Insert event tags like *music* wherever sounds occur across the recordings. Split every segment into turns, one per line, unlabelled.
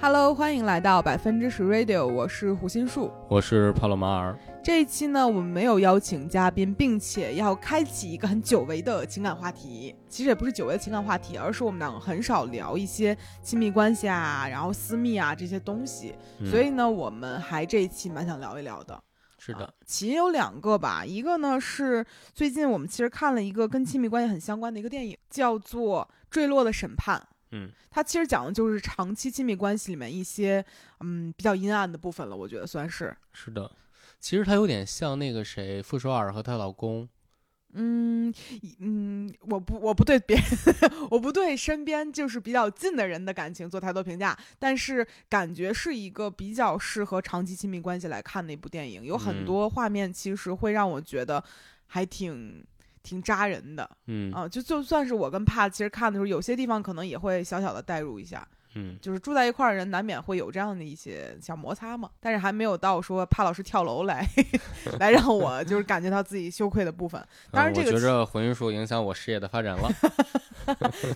Hello，欢迎来到百分之十 Radio，我是胡心树。
我是帕洛马尔。
这一期呢，我们没有邀请嘉宾，并且要开启一个很久违的情感话题。其实也不是久违的情感话题，而是我们两个很少聊一些亲密关系啊，然后私密啊这些东西。
嗯
所以呢，我们还这一期蛮想聊一聊的。
是
啊，起因有两个吧，一个呢是最近我们其实看了一个跟亲密关系很相关的一个电影，叫做《坠落的审判》。
嗯，
它其实讲的就是长期亲密关系里面一些嗯比较阴暗的部分了，我觉得算是。
是的，其实她有点像那个谁，傅首尔和她老公。
嗯一嗯，我不我不对别 *laughs* 我不对身边就是比较近的人的感情做太多评价，但是感觉是一个比较适合长期亲密关系来看的一部电影，有很
嗯
多画面其实会让我觉得还挺挺扎人的。
嗯
啊，就就算是我跟帕其实看的时候，有些地方可能也会小小的代入一下，
嗯，
就是住在一块儿的人难免会有这样的一些小摩擦嘛，但是还没有到说帕老师跳楼来 *laughs* 来让我就是感觉到自己羞愧的部分。当然
嗯
这个
我觉
其
着婚姻术影响我事业的发展
*laughs*
了。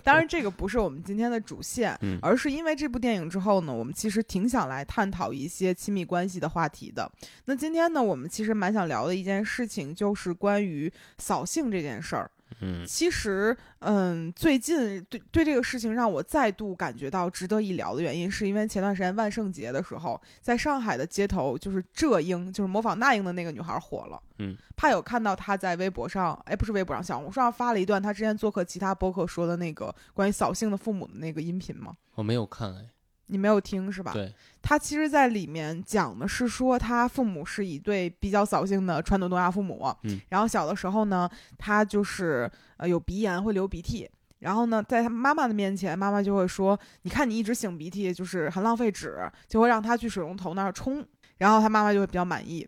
当然这个不是我们今天的主线，
嗯
而是因为这部电影之后呢，我们其实挺想来探讨一些亲密关系的话题的。那今天呢，我们其实蛮想聊的一件事情就是关于扫兴这件事儿。
嗯
其实，嗯，最近对对这个事情让我再度感觉到值得一聊的原因，是因为前段时间万圣节的时候，在上海的街头，就是浙英，就是模仿那英的那个女孩火了。
嗯，
怕有看到她在微博上，哎，不是微博上，小红书上发了一段她之前做客其他播客说的那个关于扫兴的父母的那个音频吗？
我没有看哎。
你没有听是吧？
对，
他其实，在里面讲的是说，他父母是一对比较扫兴的传统东亚父母。
嗯，
然后小的时候呢，他就是呃有鼻炎，会流鼻涕。然后呢，在他妈妈的面前，妈妈就会说：“你看你一直擤鼻涕，就是很浪费纸，就会让他去水龙头那儿冲。”然后他妈妈就会比较满意。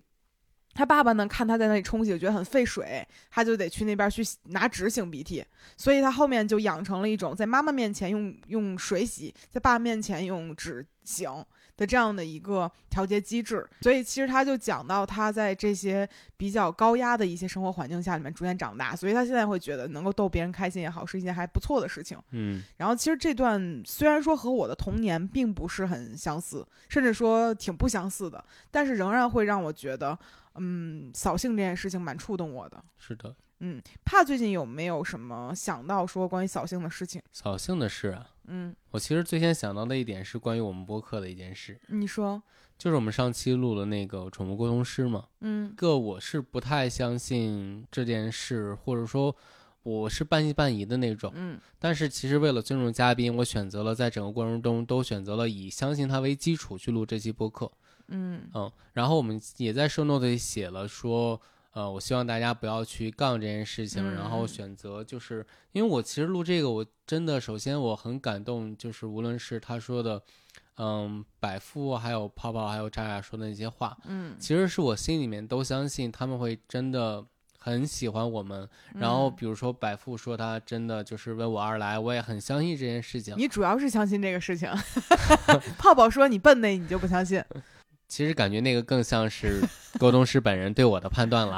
他爸爸呢，看他在那里冲洗，觉得很费水，他就得去那边去洗拿纸擤鼻涕。所以他后面就养成了一种在妈妈面前用用水洗，在爸爸面前用纸擤的这样的一个调节机制。所以其实他就讲到他在这些比较高压的一些生活环境下里面逐渐长大，所以他现在会觉得能够逗别人开心也好，是一件还不错的事情。
嗯
然后其实这段虽然说和我的童年并不是很相似，甚至说挺不相似的，但是仍然会让我觉得，嗯，扫兴这件事情蛮触动我的。
是的，
嗯，怕最近有没有什么想到说关于扫兴的事情？
扫兴的是啊，
嗯，
我其实最先想到的一点是关于我们播客的一件事，
你说，
就是我们上期录了那个宠物沟通师嘛。
嗯
个我是不太相信这件事，或者说我是半信半疑的那种。
嗯
但是其实为了尊重嘉宾，我选择了在整个过程中都选择了以相信他为基础去录这期播客。
嗯
嗯，然后我们也在 show note 里写了说，呃，我希望大家不要去杠这件事情，
嗯
然后选择就是因为我其实录这个，我真的首先我很感动，就是无论是他说的，嗯，百富还有泡泡还有渣渣说的那些话，
嗯，
其实是我心里面都相信他们会真的很喜欢我们。
嗯
然后比如说百富说他真的就是为我而来，我也很相信这件事情。
你主要是相信这个事情。 *laughs* 泡泡说你笨那你就不相信，
其实感觉那个更像是 *laughs* 沟通师本人对我的判断了，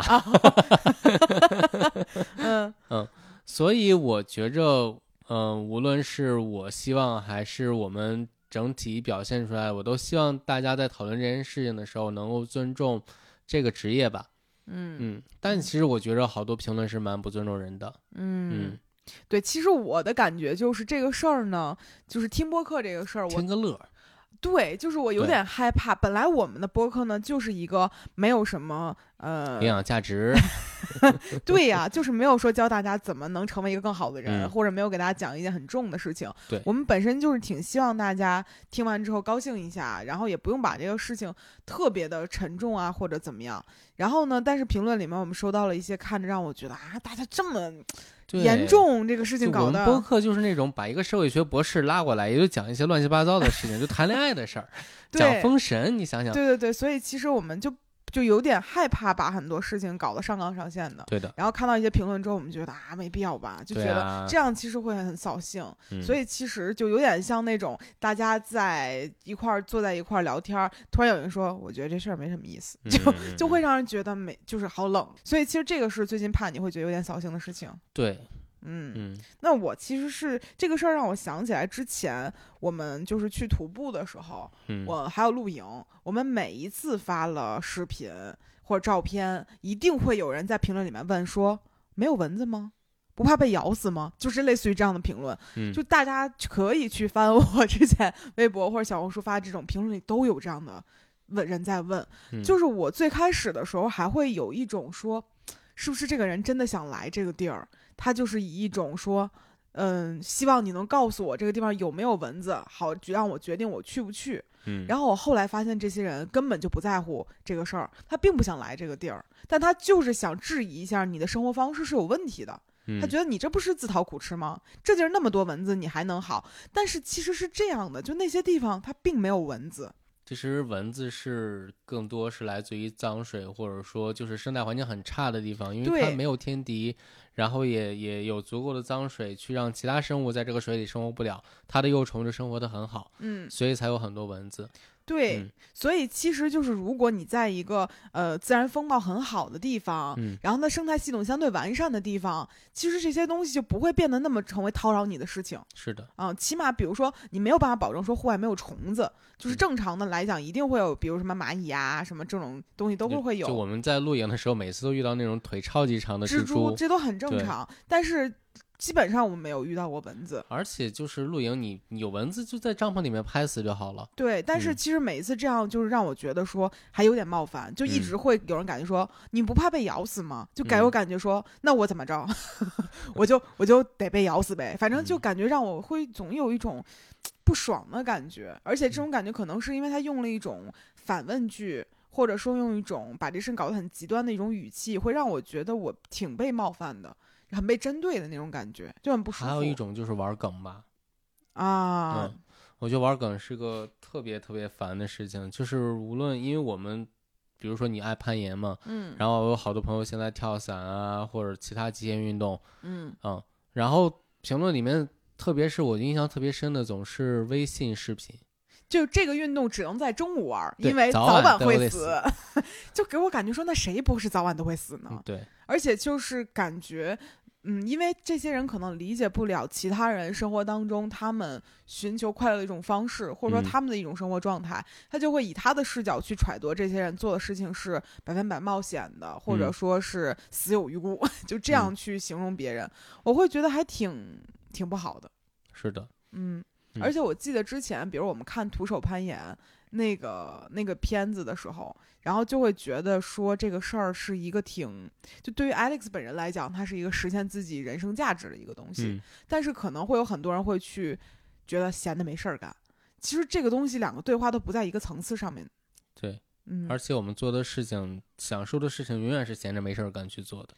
啊
*laughs*
嗯
所以我觉着，嗯、无论是我希望还是我们整体表现出来，我都希望大家在讨论这件事情的时候能够尊重这个职业吧。
嗯
嗯，但其实我觉着好多评论是蛮不尊重人的。
嗯
嗯，，
对，其实我的感觉就是这个事儿呢，就是听播客这个事儿，我
听个乐儿，
对，就是我有
对
点害怕。本来我们的播客呢，就是一个没有什么呃
营养价值。 *laughs*
对呀、就是没有说教大家怎么能成为一个更好的人，
嗯
或者没有给大家讲一件很重的事情。
对
我们本身就是挺希望大家听完之后高兴一下，然后也不用把这个事情特别的沉重啊，或者怎么样。然后呢，但是评论里面我们收到了一些看着让我觉得啊，大家这么 *laughs*
对
严重这个事情
就我
搞
们播
的，
客就是那种把一个社会学博士拉过来，也就讲一些乱七八糟的事情，就谈恋爱的
*laughs*
事儿，讲
对
封神，你想想，
对对对，所以其实我们就就有点害怕把很多事情搞得上纲上线的。
对的，
然后看到一些评论之后，我们觉得啊，没必要吧，就觉
对
得
啊
这，样其实会很扫兴。
嗯
所以其实就有点像那种大家在一块儿坐在一块儿聊天儿，突然有人说：“我觉得这事儿没什么意思。” *laughs* 就
嗯
就会让人觉得没就是好冷。所以其实这个是最近怕你会觉得有点扫兴的事情。
对。
嗯，
嗯
那我其实是这个事儿让我想起来之前我们就是去徒步的时候，
嗯，
我还有露营，我们每一次发了视频或者照片，一定会有人在评论里面问说：“没有蚊子吗？不怕被咬死吗？”就是类似于这样的评论，
嗯
就大家可以去翻我 *laughs* 之前微博或者小红书发这种评论里都有这样的问人在问，
嗯
就是我最开始的时候还会有一种说，是不是这个人真的想来这个地儿？他就是以一种说，嗯，希望你能告诉我这个地方有没有蚊子，好让我决定我去不去。
嗯，
然后我后来发现，这些人根本就不在乎这个事儿，他并不想来这个地儿，但他就是想质疑一下你的生活方式是有问题的。
嗯
他觉得你这不是自讨苦吃吗？这地儿那么多蚊子，你还能好？但是其实是这样的，就那些地方它并没有蚊子，
其实蚊子是更多是来自于脏水，或者说就是生态环境很差的地方，因为它
对
没有天敌，然后也也有足够的脏水去让其他生物在这个水里生活不了，它的幼虫就生活的很好，
嗯，
所以才有很多蚊子。
对，
嗯
所以其实就是如果你在一个呃自然风貌很好的地方，
嗯
然后呢生态系统相对完善的地方，其实这些东西就不会变得那么成为叨扰你的事情
是的，
啊、起码比如说你没有办法保证说户外没有虫子，就是
嗯
正常的来讲一定会有，比如什么蚂蚁啊什么这种东西都会
就
会有。
就我们在露营的时候，每次都遇到那种腿超级长的
蜘
蛛，
这都很正
对
常，但是基本上我们没有遇到过蚊子。
而且就是露营你，你有蚊子就在帐篷里面拍死就好了。
对，但是
嗯
其实每一次这样，就是让我觉得说还有点冒犯，就一
嗯
直会有人感觉说、你不怕被咬死吗？就给
嗯
我感觉说、那我怎么着， *laughs* 我就我就得被咬死呗，反正就
嗯
感觉让我会总有一种不爽的感觉，而
嗯
且这种感觉可能是因为他用了一种反问句。或者说用一种把这事搞得很极端的一种语气，会让我觉得我挺被冒犯的，很被针对的那种感觉，就很不舒服。
还有一种就是玩梗吧，
啊，
嗯，我觉得玩梗是个特别特别烦的事情，就是无论因为我们，比如说你爱攀岩嘛，
嗯
然后我有好多朋友现在跳伞啊，或者其他极限运动，
嗯
嗯，然后评论里面，特别是我印象特别深的，总是微信视频，
就这个运动只能在中午玩儿，
对
因为
早晚
晚
都
会
得
死。 *laughs* 就给我感觉说，那谁不是早晚都会死呢？
嗯，对，
而且就是感觉，嗯，因为这些人可能理解不了其他人生活当中他们寻求快乐的一种方式，或者说
嗯
他们的一种生活状态，他就会以他的视角去揣度这些人做的事情是百分百冒险的，或者
嗯
说是死有余辜， *laughs* 就这样去形容别人，我会觉得还挺挺不好的。
是的，
嗯，
嗯
而且我记得之前，比如我们看《徒手攀岩》那个那个片子的时候，然后就会觉得说这个事儿是一个挺，就对于 Alex 本人来讲，它是一个实现自己人生价值的一个东西。
嗯，
但是可能会有很多人会去觉得闲的没事儿干，其实这个东西两个对话都不在一个层次上面。
对，
嗯，
而且我们做的事情，享受的事情，永远是闲着没事儿干去做的，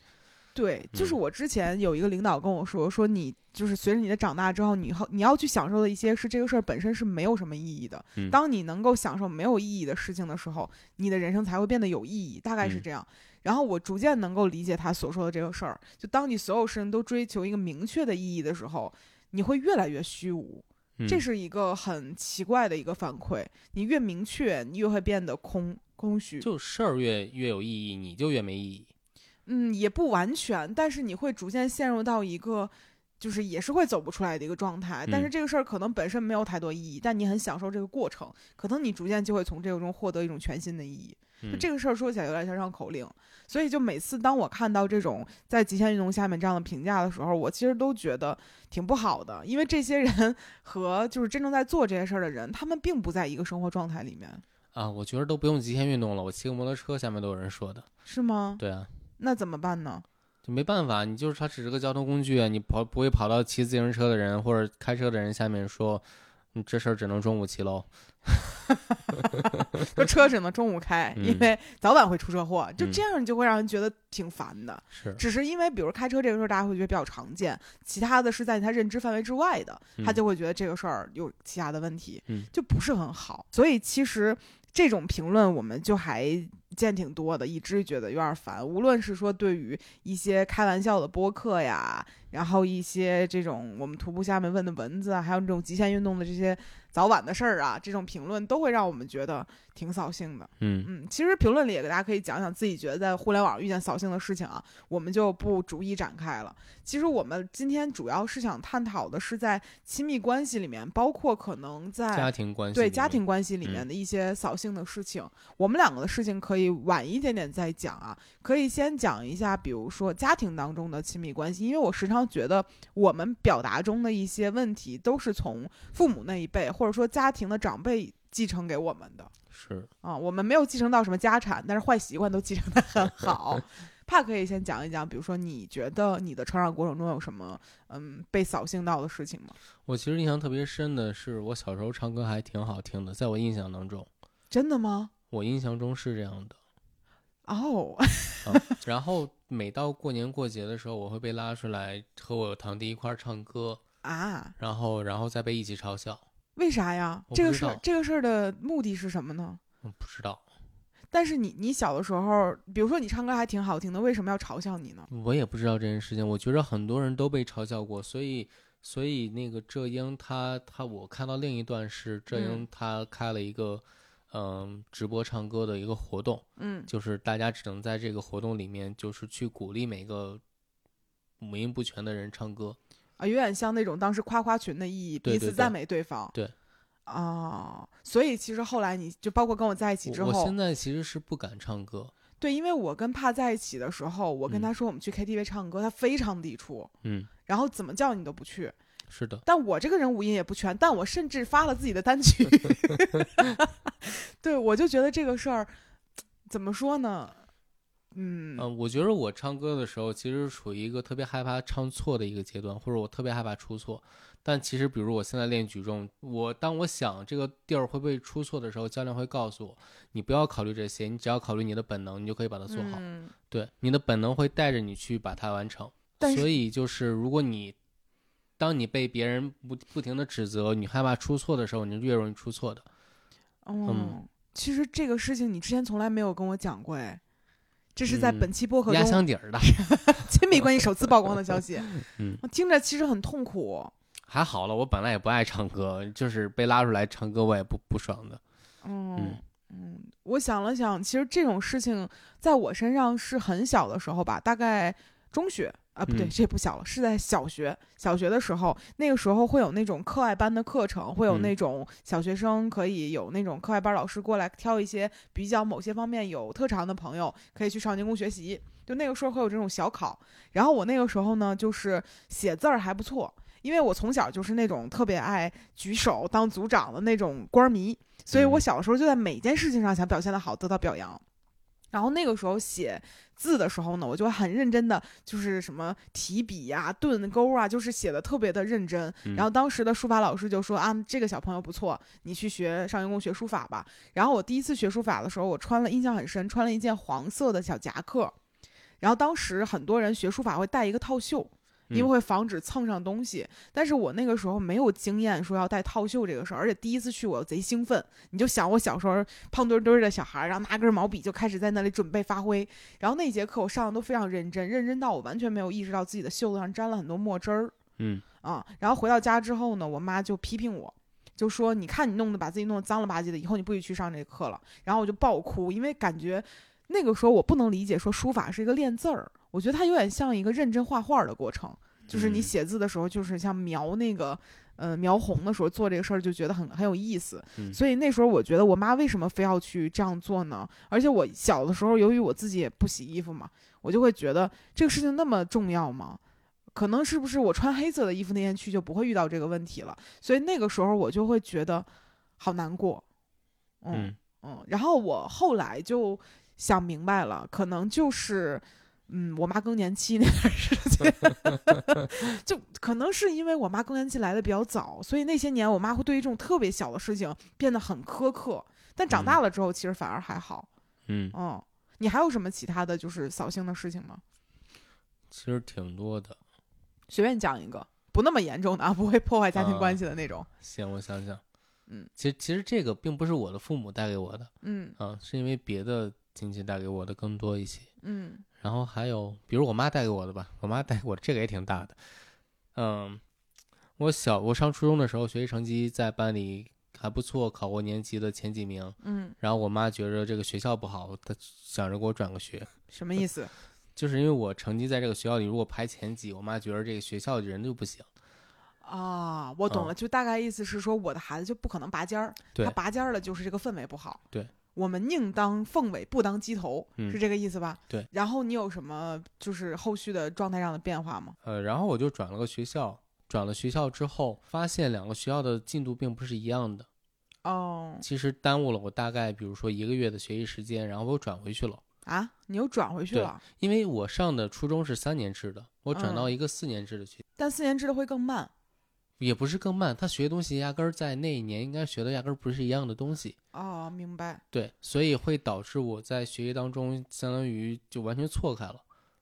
对，就是
嗯
我之前有一个领导跟我说，说你就是随着你的长大之后，你后你要去享受的一些是这个事儿本身是没有什么意义的。
嗯
当你能够享受没有意义的事情的时候，你的人生才会变得有意义，大概是
嗯
这样。然后我逐渐能够理解他所说的这个事儿，就当你所有事情都追求一个明确的意义的时候，你会越来越虚无。
嗯、
这是一个很奇怪的一个反馈，你越明确，你越会变得空空虚。
就事儿越越有意义，你就越没意义。
嗯，也不完全，但是你会逐渐陷入到一个，就是也是会走不出来的一个状态。但是
嗯
这个事儿可能本身没有太多意义，但你很享受这个过程，可能你逐渐就会从这个中获得一种全新的意义。就
嗯、
这个事儿说起来有点像绕口令，所以就每次当我看到这种在极限运动下面这样的评价的时候，我其实都觉得挺不好的，因为这些人和就是真正在做这些事儿的人，他们并不在一个生活状态里面，
啊，我觉得都不用极限运动了，我骑个摩托车，下面都有人说的。
是吗？
对啊，
那怎么办呢？
就没办法，你就是它只是个交通工具，啊你跑不会跑到骑自行车的人或者开车的人下面说，你这事儿只能中午骑喽。
*laughs* 就车只能中午开，
嗯
因为早晚会出车祸。就
嗯
这样，就会让人觉得挺烦的。
是，
只是因为，比如开车这个事儿，大家会觉得比较常见，其他的是在他认知范围之外的，他
嗯
就会觉得这个事儿有其他的问题，
嗯
就不是很好。所以其实这种评论，我们就还见挺多的，以至于觉得有点烦。无论是说对于一些开玩笑的播客呀，然后一些这种我们徒步下面问的文字啊，还有这种极限运动的这些早晚的事儿啊，这种评论都会让我们觉得挺扫兴的。
嗯
嗯，其实评论里也给大家可以讲讲自己觉得在互联网遇见扫兴的事情啊，我们就不逐一展开了。其实我们今天主要是想探讨的是在亲密关系里面，包括可能在
家庭关系
对
里
家
面嗯
庭关系里面的一些扫兴的事情，我们两个的事情可以晚一点点再讲啊，可以先讲一下，比如说家庭当中的亲密关系，因为我时常觉得我们表达中的一些问题都是从父母那一辈或者说家庭的长辈继承给我们的
是
啊，我们没有继承到什么家产，但是坏习惯都继承得很
*laughs*
好。怕可以先讲一讲，比如说你觉得你的成长过程中有什么嗯被扫兴到的事情吗？
我其实印象特别深的是，我小时候唱歌还挺好听的，在我印象当中，
真的吗？
我印象中是这样的。
哦， *laughs*
*laughs* 然后每到过年过节的时候，我会被拉出来和我堂弟一块儿唱歌，
啊，
然后然后再被一起嘲笑。
为啥呀？
我
这
不
个
知
事儿
道
这个事儿的目的是什么呢？
嗯，不知道，
但是你你小的时候，比如说你唱歌还挺好听的，为什么要嘲笑你呢？
我也不知道这件事情。我觉着很多人都被嘲笑过，所以所以那个浙英他他我看到另一段是浙英
嗯
他开了一个嗯、直播唱歌的一个活动，
嗯
就是大家只能在这个活动里面就是去鼓励每个五音不全的人唱歌。
啊，有点像那种当时夸夸群的意义，
对
彼
对
此
对
赞美对方。
对
哦，所以其实后来你就包括跟我在一起之
我我
后
现，在其实是不敢唱歌，
对，因为我跟帕在一起的时候，我跟
嗯
他说我们去 KTV 唱歌，他非常抵触，
嗯，
然后怎么叫你都不去。
是的，
但我这个人五音也不全，但我甚至发了自己的单曲。 *laughs* 对，我就觉得这个事儿怎么说呢？嗯
嗯、我觉得我唱歌的时候其实处于一个特别害怕唱错的一个阶段，或者我特别害怕出错。但其实，比如我现在练举重，我当我想这个地儿会不会出错的时候，教练会告诉我，你不要考虑这些，你只要考虑你的本能，你就可以把它做好。
嗯
对，你的本能会带着你去把它完成。
但是
所以就是，如果你当你被别人不不停的指责，你害怕出错的时候，你是越容易出错的。嗯
哦，其实这个事情你之前从来没有跟我讲过，哎，这是在本期播客
嗯压
中
箱底儿的， *laughs*
亲密关系首次曝光的消息。
嗯，
我听着其实很痛苦。
还好了，我本来也不爱唱歌，就是被拉出来唱歌，我也不不爽的。
嗯
嗯
嗯，我想了想，其实这种事情在我身上是很小的时候吧，大概中学啊，不对，
嗯
这不小了，是在小学。小学的时候，那个时候会有那种课外班的课程，会有
嗯
那种小学生可以有那种课外班老师过来挑一些比较某些方面有特长的朋友，可以去少年宫学习。就那个时候会有这种小考，然后我那个时候呢，就是写字儿还不错。因为我从小就是那种特别爱举手当组长的那种官儿迷，所以我
嗯
小时候就在每件事情上想表现得好，得到表扬。然后那个时候写字的时候呢，我就很认真的，就是什么提笔呀、顿钩啊，就是写的特别的认真。
嗯
然后当时的书法老师就说啊，这个小朋友不错，你去学少年宫学书法吧。然后我第一次学书法的时候，我穿了印象很深，穿了一件黄色的小夹克。然后当时很多人学书法会带一个套袖，因为
嗯
会防止蹭上东西。但是我那个时候没有经验，说要带套袖这个事儿，而且第一次去我贼兴奋。你就想我小时候胖墩墩儿的小孩儿，然后拿根毛笔就开始在那里准备发挥。然后那节课我上的都非常认真，认真到我完全没有意识到自己的袖子上沾了很多墨汁儿。
嗯，
啊，然后回到家之后呢，我妈就批评我，就说你看你弄得把自己弄得脏了吧唧的，以后你不许去上这课了。然后我就爆哭，因为感觉那个时候我不能理解说书法是一个练字儿，我觉得它有点像一个认真画画儿的过程，就是你
嗯
写字的时候，就是像描那个。呃，描红的时候做这个事儿就觉得很很有意思，
嗯
所以那时候我觉得我妈为什么非要去这样做呢？而且我小的时候，由于我自己也不洗衣服嘛，我就会觉得这个事情那么重要吗？可能是不是我穿黑色的衣服那天去就不会遇到这个问题了？所以那个时候我就会觉得好难过，嗯
嗯
嗯。然后我后来就想明白了，可能就是。嗯，我妈更年期那段时间， *laughs* 就可能是因为我妈更年期来的比较早，所以那些年我妈会对于这种特别小的事情变得很苛刻。但长大了之后，其实反而还好。
嗯，
嗯，你还有什么其他的就是扫兴的事情吗？
其实挺多的。
随便讲一个，不那么严重的啊，不会破坏家庭
啊
关系的那种。
行，我想想，
嗯，
其实其实这个并不是我的父母带给我的
嗯
啊，是因为别的亲戚带给我的更多一些。
嗯
然后还有，比如我妈带给我的吧，我妈带给我的这个也挺大的。嗯，我小我上初中的时候，学习成绩在班里还不错，考过年级的前几名。
嗯，
然后我妈觉着这个学校不好，她想着给我转个学，
什么意思？
就是因为我成绩在这个学校里如果排前几，我妈觉着这个学校的人就不行。
啊，我懂
嗯
了，就大概意思是说，我的孩子就不可能拔尖儿，
对
他拔尖儿了就是这个氛围不好。
对，
我们宁当凤尾，不当鸡头，
嗯
是这个意思吧？
对。
然后你有什么就是后续的状态上的变化吗？
呃，然后我就转了个学校，转了学校之后，发现两个学校的进度并不是一样的，
哦
其实耽误了我大概比如说一个月的学习时间，然后我又转回去了。
啊，你又转回去
对
了，
因为我上的初中是三年制的，我转
嗯
到一个四年制的学，
但四年制的会更慢
也不是更慢，他学的东西压根儿在那一年应该学的压根儿不是一样的东西，
哦，明白？
对，所以会导致我在学习当中相当于就完全错开了，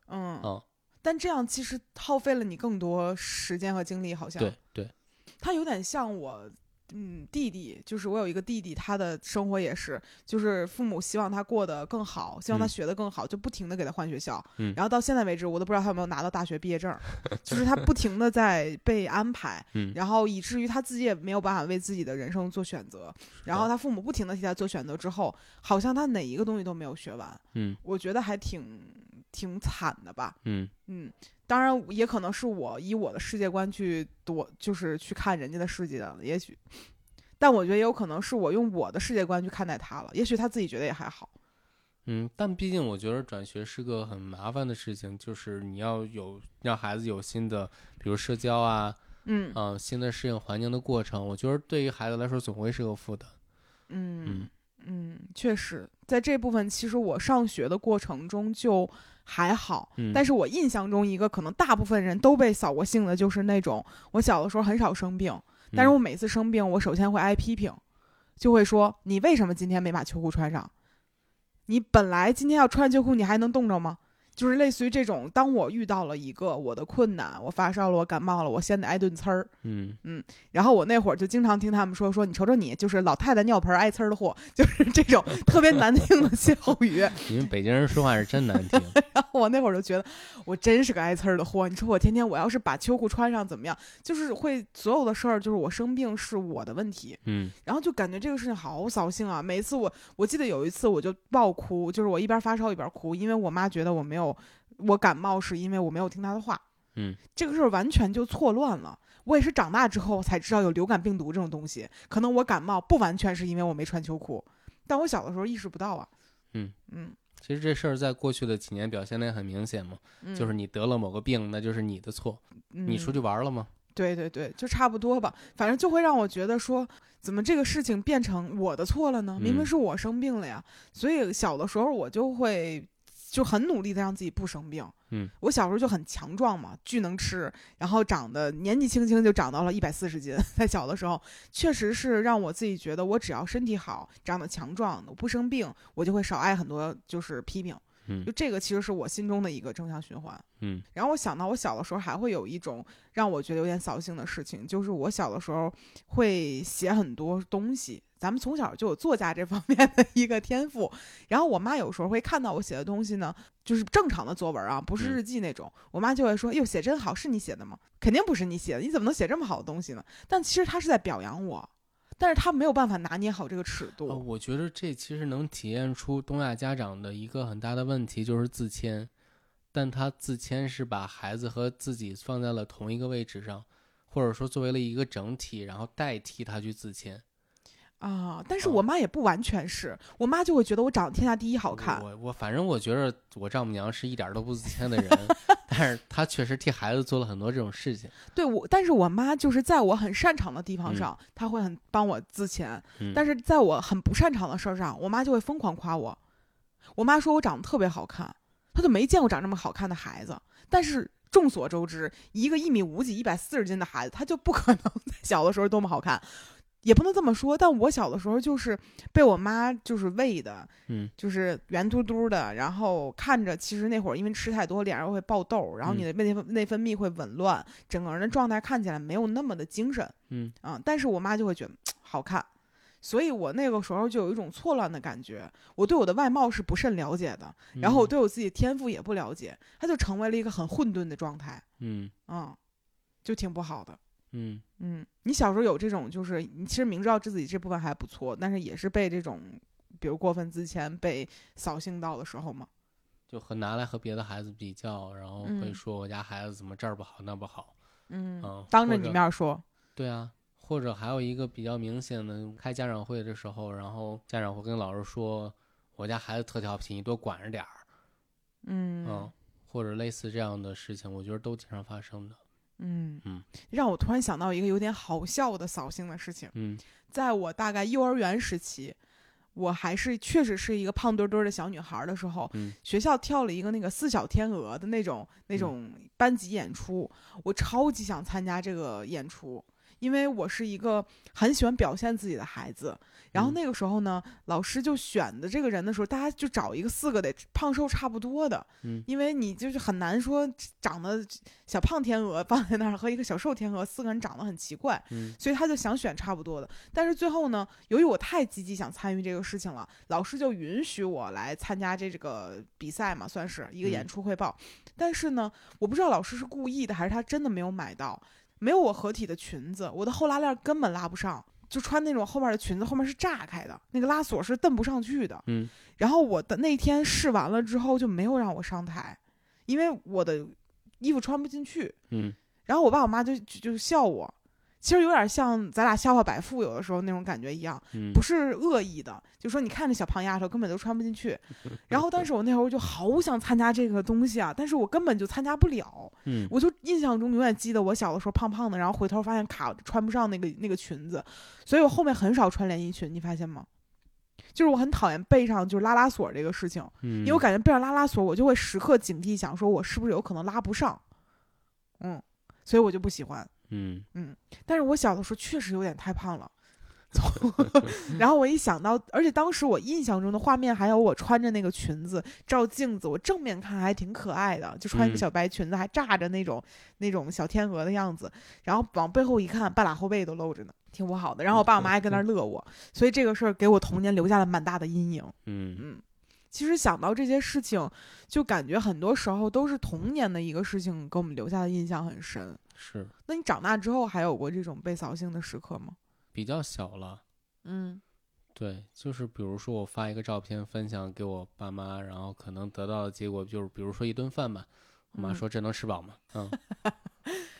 嗯，
嗯，
但这样其实耗费了你更多时间和精力，好像
对对，
他有点像我，嗯，弟弟，就是我有一个弟弟，他的生活也是，就是父母希望他过得更好，希望他
嗯
学得更好，就不停的给他换学校，
嗯
然后到现在为止，我都不知道他有没有拿到大学毕业
*laughs*
证儿，就是他不停的在被安排，
嗯，
然后以至于他自己也没有办法为自己的人生做选择，然后
的
他父母不停的替他做选择之后，好像他哪一个东西都没有学完，
嗯
我觉得还挺挺惨的吧，
嗯
嗯，当然也可能是我以我的世界观去多，就是去看人家的世界了，也许，但我觉得也有可能是我用我的世界观去看待他了，也许他自己觉得也还好。
嗯，但毕竟我觉得转学是个很麻烦的事情，就是你要有让孩子有新的，比如社交啊，
嗯
嗯、新的适应环境的过程，我觉得对于孩子来说总会是个负担，
嗯
嗯
嗯，确实，在这部分，其实我上学的过程中就还好，
嗯，
但
是
是我印象中一个可能大部分人都被扫过兴的，就是那种我小的时候很少生病，
嗯
但是我每次生病，我首先会挨批评，就会说你为什么今天没把秋裤穿上？你本来今天要穿秋裤，你还能冻着吗？就是类似于这种，当我遇到了一个我的困难，我发烧了，我感冒了，我先得挨顿呲儿。
嗯
然后我那会儿就经常听他们说说，你瞅瞅你，就是老太太尿盆儿挨呲儿的货， *laughs* 就是这种特别难听的歇后语。 *laughs*
嗯，你们北京人说话是真难听，
然后我那会儿就觉得，我真是个挨呲儿的货。你说我天天我要是把秋裤穿上怎么样？就是会所有的事儿，就是我生病是我的问题，
嗯
然后就感觉这个事情好扫兴啊！每一次我我记得有一次我就爆哭，就是我一边发烧一边哭，因为我妈觉得我没有我感冒是因为我没有听她的话。
嗯，
这个事儿完全就错乱了。我也是长大之后才知道有流感病毒这种东西，可能我感冒不完全是因为我没穿秋裤，但我小的时候意识不到啊。
嗯
嗯
其实这事儿在过去的几年表现得很明显嘛，
嗯，
就是你得了某个病，那就是你的错。你出
嗯
去玩儿了吗？
对对对，就差不多吧。反正就会让我觉得说，怎么这个事情变成我的错了呢？明明
嗯
是我生病了呀。所以小的时候我就会就很努力的让自己不生病。
嗯，
我小时候就很强壮嘛，巨能吃，然后长得年纪轻轻就长到了一百四十斤。 *laughs* 在小的时候，确实是让我自己觉得，我只要身体好，长得强壮，我不生病，我就会少挨很多就是批评。
嗯
就这个其实是我心中的一个正向循环。
嗯
然后我想到我小的时候还会有一种让我觉得有点扫兴的事情，就是我小的时候会写很多东西。咱们从小就有作家这方面的一个天赋，然后我妈有时候会看到我写的东西呢，就是正常的作文啊，不是
嗯
日记那种。我妈就会说：“哟，写真好，是你写的吗？肯定不是你写的，你怎么能写这么好的东西呢？”但其实她是在表扬我，但是她没有办法拿捏好这个尺度。
呃我觉得这其实能体现出东亚家长的一个很大的问题，就是自谦。但他自谦是把孩子和自己放在了同一个位置上，或者说作为了一个整体，然后代替他去自谦。
啊！但是
啊
我妈也不完全是，我妈就会觉得我长得天下第一好看。
我我反正我觉得我丈母娘是一点儿都不自
*laughs*
谦的人，但是她确实替孩子做了很多这种事情。
对我，但是我妈就是在我很擅长的地方上，她会很帮我自前；
嗯
但是在我很不擅长的事儿上，我妈就会疯狂夸我。我妈说我长得特别好看，她就没见过长这么好看的孩子。但是众所周知，一个一米五几、一百四十斤的孩子，他就不可能在小的时候多么好看。也不能这么说，但我小的时候就是被我妈就是喂的，
嗯
就是圆嘟嘟的，然后看着其实那会儿因为吃太多，脸上会爆痘，然后你的内分内分泌会紊乱，整个人的状态看起来没有那么的精神
嗯
啊。但是我妈就会觉得好看，所以我那个时候就有一种错乱的感觉。我对我的外貌是不甚了解的，然
嗯
后我对我自己天赋也不了解，它就成为了一个很混沌的状态，
嗯
嗯，就挺不好的。
嗯
嗯，你小时候有这种，就是你其实明知道自己这部分还不错，但是也是被这种，比如过分自谦被扫兴到的时候吗？
就和拿来和别的孩子比较，然后会
嗯
说我家孩子怎么这儿不好那不好，
嗯，
嗯，
当着
或
你
者
面儿说，
对啊，或者还有一个比较明显的，开家长会的时候，然后家长会跟老师说，我家孩子特调皮，你多管着点儿，
嗯
嗯，或者类似这样的事情，我觉得都经常发生的，
嗯
嗯
让我突然想到一个有点好笑的扫兴的事情，
嗯
在我大概幼儿园时期。我还是确实是一个胖墩墩儿的小女孩儿的时候，
嗯
学校跳了一个那个四小天鹅的那种那种班级演出，我超级想参加这个演出，因为我是一个很喜欢表现自己的孩子。然后
嗯
那个时候呢，老师就选的这个人的时候，大家就找一个四个得胖瘦差不多的，
嗯
因为你就是很难说长得小胖天鹅放在那儿和一个小瘦天鹅四个人长得很奇怪，
嗯
所以他就想选差不多的。但是最后呢，由于我太积极想参与这个事情了，老师就允许我来参加这个比赛嘛，算是一个演
嗯
出汇报。但是呢，我不知道老师是故意的还是他真的没有买到，没有我合体的裙子，我的后拉链根本拉不上。就穿那种后面的裙子，后面是炸开的，那个拉锁是蹬不上去的。
嗯
然后我的那天试完了之后就没有让我上台，因为我的衣服穿不进去。
嗯
然后我爸我妈就就就笑我，其实有点像咱俩笑话百富有的时候那种感觉一样，
嗯，
不是恶意的，就说你看这小胖丫头根本都穿不进
嗯
去。然后当时我那会儿就好想参加这个东西啊，但是我根本就参加不了，
嗯
我就印象中永远记得我小的时候胖胖的，然后回头发现卡穿不上那个那个裙子，所以我后面很少穿连衣裙，你发现吗？就是我很讨厌背上就是拉拉锁这个事情，
嗯，
因为我感觉背上拉拉锁，我就会时刻警惕，想说我是不是有可能拉不上，嗯，所以我就不喜欢。
嗯
但是我小的时候确实有点太胖了， *laughs* 从然后我一想到，而且当时我印象中的画面还有我穿着那个裙子照镜子，我正面看还挺可爱的，就穿一个
嗯
小白裙子，还炸着那种那种小天鹅的样子，然后往背后一看，半拉后背都露着呢，挺不好的。然后我
嗯
爸我妈还跟那儿乐我，所以这个事儿给我童年留下了蛮大的阴影。
嗯
嗯，其实想到这些事情，就感觉很多时候都是童年的一个事情给我们留下的印象很深。
是
那你长大之后还有过这种被扫兴的时刻吗？
比较小了。
嗯
对，就是比如说我发一个照片分享给我爸妈，然后可能得到的结果就是，比如说一顿饭吧，我妈
嗯
说这能吃饱吗？嗯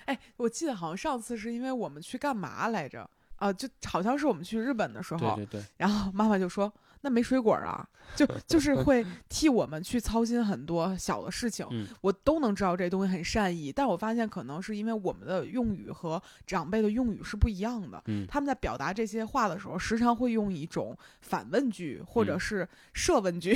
哎，我记得好像上次是因为我们去干嘛来着？啊，就好像是我们去日本的时
对
候，
对对，
然后妈妈就说：“那没水果啊。”就就是会替我们去操心很多小的事情，
嗯
我都能知道这东西很善意，但我发现可能是因为我们的用语和长辈的用语是不一样的，
嗯
他们在表达这些话的时候，时常会用一种反问句或者是设问句、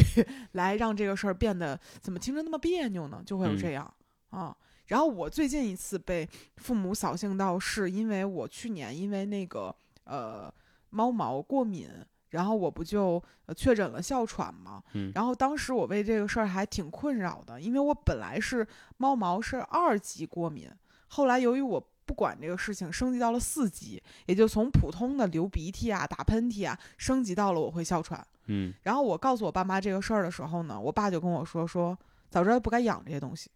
来让这个事儿变得怎么听着那么别扭呢？就会有这样、啊。然后我最近一次被父母扫兴到，是因为我去年因为那个呃猫毛过敏，然后我不就呃确诊了哮喘嘛。
嗯
然后当时我为这个事儿还挺困扰的，因为我本来是猫毛是二级过敏，后来由于我不管这个事情，升级到了四级，也就从普通的流鼻涕啊、打喷嚏啊，升级到了我会哮喘。
嗯
然后我告诉我爸妈这个事儿的时候呢，我爸就跟我说说，早知道不该养这些东西。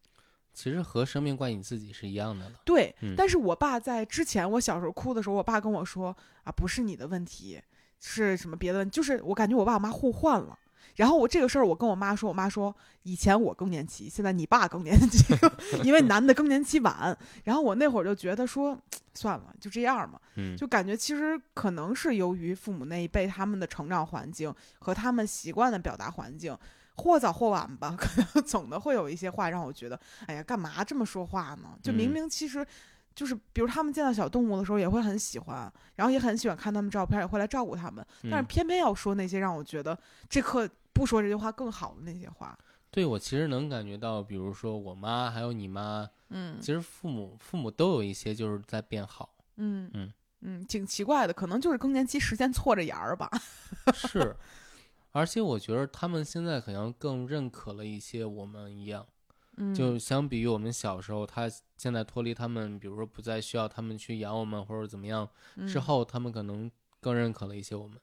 其实和生命怪你自己是一样的了。
对，
嗯
但是我爸在之前我小时候哭的时候，我爸跟我说啊，不是你的问题，是什么别的问题，就是我感觉我爸我妈互换了。然后我这个事儿，我跟我妈说，我妈说以前我更年期，现在你爸更年期， *laughs* 因为男的更年期晚。然后我那会儿就觉得说，算了，就这样嘛。
嗯
就感觉其实可能是由于父母那一辈他们的成长环境和他们习惯的表达环境，或早或晚吧， *laughs* 可能总的会有一些话让我觉得，哎呀，干嘛这么说话呢？就明
嗯
明其实。就是，比如他们见到小动物的时候也会很喜欢，然后也很喜欢看他们照片，也会来照顾他们，但是
嗯，
偏偏要说那些让我觉得这刻不说这句话更好的那些话。
对我其实能感觉到，比如说我妈还有你妈，
嗯
其实父母父母都有一些就是在变好，
嗯
嗯
嗯，挺奇怪的，可能就是更年期时间错着眼儿吧。
是，而且我觉得他们现在好像更认可了一些我们一样。
嗯，
就相比于我们小时候，他现在脱离他们，比如说不再需要他们去养我们或者怎么样，之
嗯
后他们可能更认可了一些我们。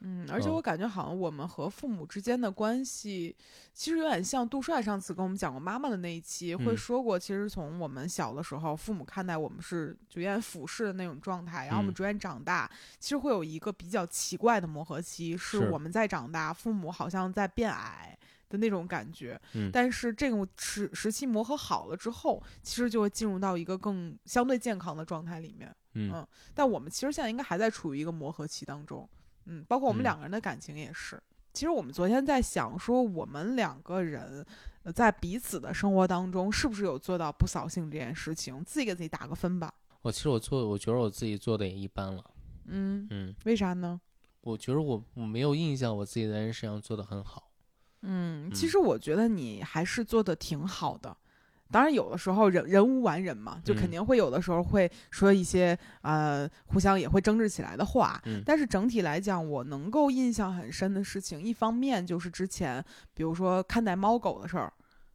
嗯，而且
嗯
我感觉好像我们和父母之间的关系，其实有点像杜帅上次跟我们讲过妈妈的那一期，会
嗯
说过，其实从我们小的时候，父母看待我们是逐渐俯视的那种状态，然后我们
嗯
逐渐长大，其实会有一个比较奇怪的磨合期，是
是
我们在长大，父母好像在变矮。的那种感觉，
嗯
但是这种时时期磨合好了之后，其实就会进入到一个更相对健康的状态里面。嗯
嗯
但我们其实现在应该还在处于一个磨合期当中，嗯，包括我们
嗯
两个人的感情也是。其实我们昨天在想说，我们两个人呃在彼此的生活当中，是不是有做到不扫兴这件事情？自己给自己打个分吧。
我其实我做，我觉得我自己做的也一般了。
嗯，
嗯，
为啥呢？
我觉得我我没有印象我自己在这件事情上做的很好。
嗯，其
嗯
实我觉得你还是做的挺好的。当然，有的时候人人无完人嘛，就肯
嗯
定会有的时候会说一些、呃互相也会争执起来的话。
嗯
但是整体来讲，我能够印象很深的事情，一方面就是之前，比如说看待猫狗的事儿。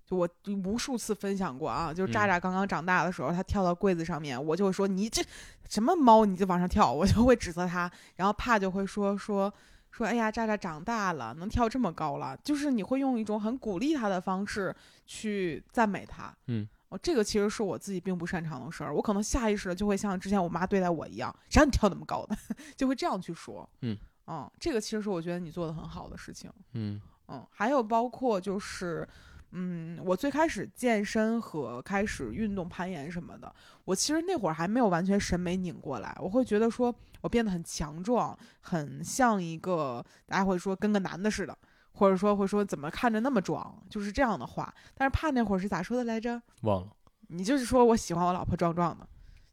就我就无数次分享过啊，就是渣
嗯
渣刚刚长大的时候，它跳到柜子上面，我就会说你这什么猫，你就往上跳，我就会指责它。然后怕就会说说说，哎呀，渣渣长大了，能跳这么高了，就是你会用一种很鼓励他的方式去赞美他。
嗯，
哦，这个其实是我自己并不擅长的事儿，我可能下意识的就会像之前我妈对待我一样，谁让你跳那么高的， *laughs* 就会这样去说。
嗯，
嗯，这个其实是我觉得你做的很好的事情。
嗯
嗯，还有包括就是，嗯，我最开始健身和开始运动、攀岩什么的，我其实那会儿还没有完全审美拧过来，我会觉得说我变得很强壮，很像一个大家会说跟个男的似的，或者说会说怎么看着那么壮，就是这样的话。但是怕那会儿是咋说的来着？
忘了。
你就是说我喜欢我老婆壮壮的，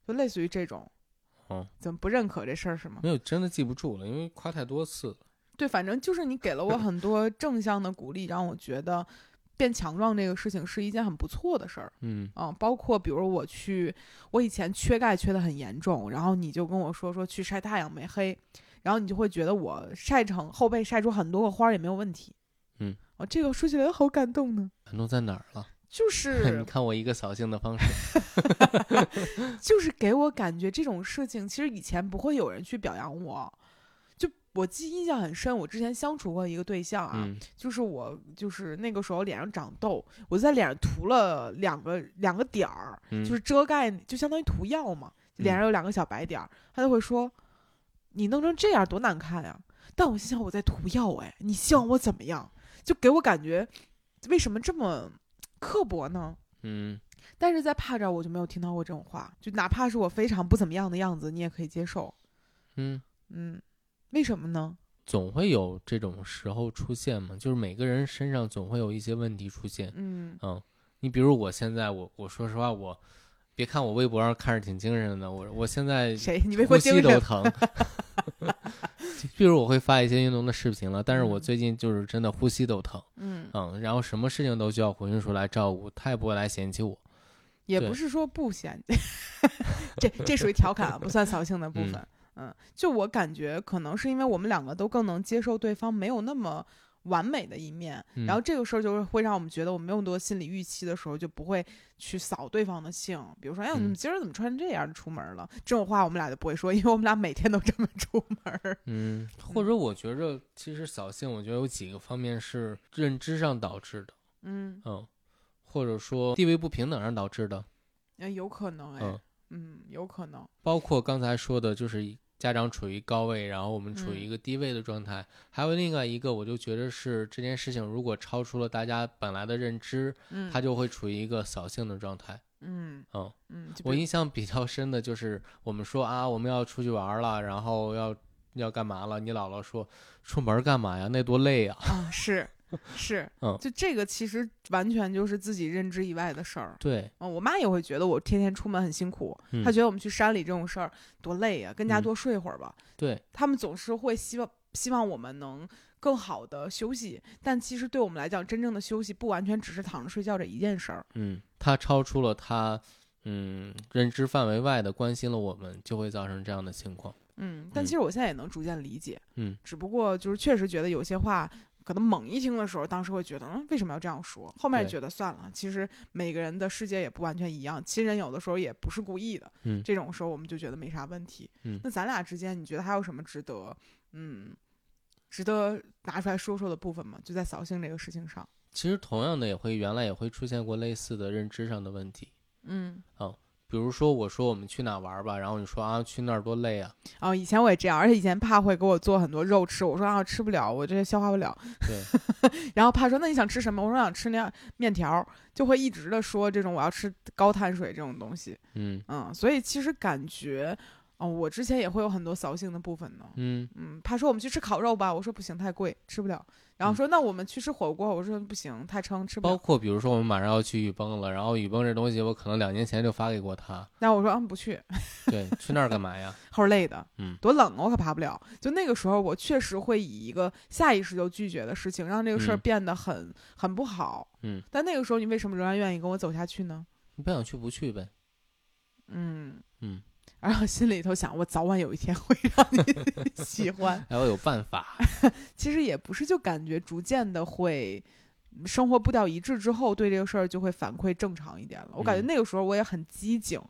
就类似于这种。
哦，
怎么不认可这事儿是吗？
没有，真的记不住了，因为夸太多次了。
对，反正就是你给了我很多正向的鼓励，让我觉得变强壮这个事情是一件很不错的事儿。
嗯
嗯，包括比如我去，我以前缺钙缺的很严重，然后你就跟我说说去晒太阳没黑，然后你就会觉得我晒成后背晒出很多个花儿也没有问题。
嗯，
哦，这个说起来好感动呢。
感动在哪儿了？ *laughs*
就
你
是
看我一个扫兴的方式。
就是给我感觉这种事情，其实以前不会有人去表扬我。就我记忆印象很深，我之前相处过一个对象啊，
嗯
就是我就是那个时候脸上长痘，我在脸上涂了两个两个点儿，
嗯，
就是遮盖，就相当于涂药嘛，脸上有两个小白点儿，他就会说你弄成这样多难看呀、但我心想我在涂药哎，你希望我怎么样？就给我感觉为什么这么刻薄呢？
嗯
但是在帕这儿我就没有听到过这种话，就哪怕是我非常不怎么样的样子，你也可以接受，
嗯，
嗯，为什么呢？
总会有这种时候出现嘛，就是每个人身上总会有一些问题出现。
嗯
嗯，你比如我现在，我我说实话，我别看我微博上看着挺精神的，我我现在
谁？你微
呼
博
吸
精
都
神？ *laughs*
疼。比如我会发一些运动的视频了，但是我
嗯
最近就是真的呼吸都疼，
嗯，
嗯，然后什么事情都需要胡云叔来照顾，他也不会来嫌弃我，
也
对
不是说不嫌， *laughs* 这这属于调侃啊，不算扫兴的部
嗯
分。嗯，就我感觉，可能是因为我们两个都更能接受对方没有那么完美的一面，
嗯
然后这个事儿就是会让我们觉得我们没有那么多心理预期的时候，就不会去扫对方的兴。比如说，哎呀，你
嗯
们今儿怎么穿成这样出门了？这种话我们俩就不会说，因为我们俩每天都这么出门儿。
嗯，或者我觉着其实扫兴，我觉得有几个方面是认知上导致的，
嗯，
嗯，或者说地位不平等上导致的，
哎有可能哎，
嗯，
嗯，有可能。
包括刚才说的，就是家长处于高位，然后我们处
嗯
于一个低位的状态。还有另外一个，我就觉得是这件事情如果超出了大家本来的认知，
嗯，
它就会处于一个扫兴的状态。
嗯
嗯，
嗯，就比
我
如
印象比较深的就是我们说啊，我们要出去玩了，然后要要干嘛了？你姥姥说出门干嘛呀？那多累呀！
啊，是是，
*laughs* 嗯
就这个其实完全就是自己认知以外的事儿。
对，
嗯，我妈也会觉得我天天出门很辛苦，
嗯
她觉得我们去山里这种事儿多累呀、跟家
嗯
多睡会儿吧。
对，
他们总是会希望希望我们能更好的休息，但其实对我们来讲，真正的休息不完全只是躺着睡觉这一件事儿。
嗯，它超出了它嗯认知范围外的关心了我们，就会造成这样的情况。
嗯，但
嗯
其实我现在也能逐渐理解，
嗯，
只不过就是确实觉得有些话，可能猛一听的时候，当时会觉得，嗯，为什么要这样说？后面
对
觉得算了，其实每个人的世界也不完全一样，亲人有的时候也不是故意的，
嗯
这种时候我们就觉得没啥问题。
嗯
那咱俩之间，你觉得还有什么值得，嗯，值得拿出来说说的部分嘛，就在扫兴这个事情上。
其实同样的也会原来也会出现过类似的认知上的问题，
嗯，
比如说我说我们去哪玩儿吧，然后你说啊去那儿多累 *laughs* 啊，
哦，以前我也这样，而且以前怕会给我做很多肉吃，我说啊吃不了，我这消化不了。
对，
然后怕说那你想吃什么？我说想吃那样面条儿，就会一直的说这种我要吃高碳水这种东西。
嗯
嗯，所以其实感觉，哦，我之前也会有很多扫兴的部分呢。
嗯，
嗯，他说我们去吃烤肉吧，我说不行，太贵，吃不了。然后说、那我们去吃火锅，我说不行，太撑，吃不
嗯包
了。
括比如说我们马上要去雨崩了，然后雨崩这东西我可能两年前就发给过他，
那我说嗯不去，
对，去那儿干嘛呀？
齁累的，
嗯
多冷啊，我可爬不了。就那个时候，我确实会以一个下意识就拒绝的事情，让这个事儿
嗯
变得很、很不好。
嗯，
但那个时候你为什么仍然愿意跟我走下去呢？
你不想去不去呗，
嗯
嗯，
*laughs* 然后心里头想，我早晚有一天会让
*laughs*
你喜欢。
还要有办法，
其实也不是，就感觉逐渐的会嗯生活步调一致之后，对这个事儿就会反馈正常一点了。我感觉
嗯
那个时候我也很机警，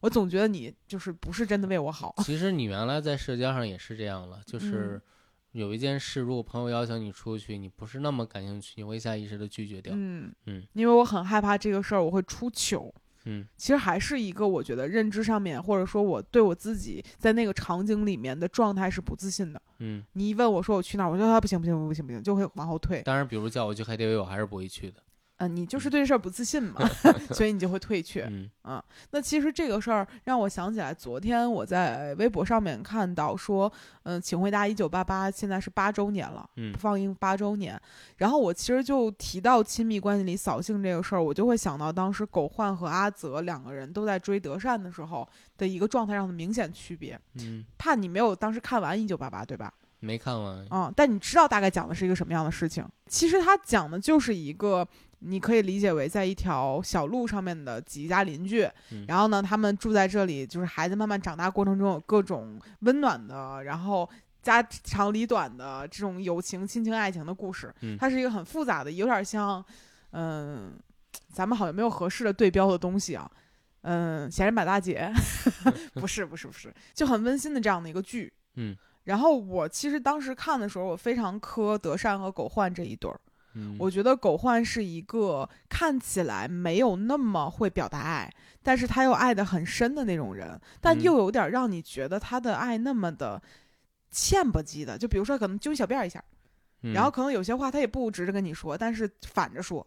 我总觉得你就是不是真的为我好。
其实你原来在社交上也是这样了，就
哦
是
嗯
有一件事，如果朋友邀请你出去，你不是那么感兴趣，你会下意识的拒绝掉。
嗯
嗯
因为我很害怕这个事儿我会出糗。
嗯
其实还是一个我觉得认知上面，或者说我对我自己在那个场景里面的状态是不自信的。
嗯，
你一问我说我去哪儿，我说啊不行不行不行不行，就会往后退。
当然，比如叫我去 KTV，我还是不会去的。
嗯，你就是对这事儿不自信
*laughs*
嘛，所以你就会退却。
嗯
那其实这个事儿让我想起来，昨天我在微博上面看到说，嗯、请回答一九八八现在是八周年了，
嗯
放映八周年。然后我其实就提到亲密关系里扫兴这个事儿，我就会想到当时狗焕和阿泽两个人都在追德善的时候的一个状态上的明显区别。
嗯，
怕你没有当时看完《一九八八》，对吧？
没看完。
嗯，但你知道大概讲的是一个什么样的事情？其实它讲的就是一个，你可以理解为在一条小路上面的几家邻居，
嗯
然后呢，他们住在这里，就是孩子慢慢长大过程中有各种温暖的，然后。家长里短的这种友情、亲情、爱情的故事，
嗯
它是一个很复杂的，有点像，嗯，咱们好像没有合适的对标的东西啊，嗯，闲人摆大
*laughs*
姐，不是不是不是，就很温馨的这样的一个剧，
嗯，
然后我其实当时看的时候，我非常磕德善和狗焕这一对儿，
嗯，
我觉得狗焕是一个看起来没有那么会表达爱，但是他又爱得很深的那种人，但
嗯
又有点让你觉得他的爱那么的。欠吧唧的，就比如说可能揪小辫儿一下，
嗯
然后可能有些话他也不直着跟你说，但是反着说，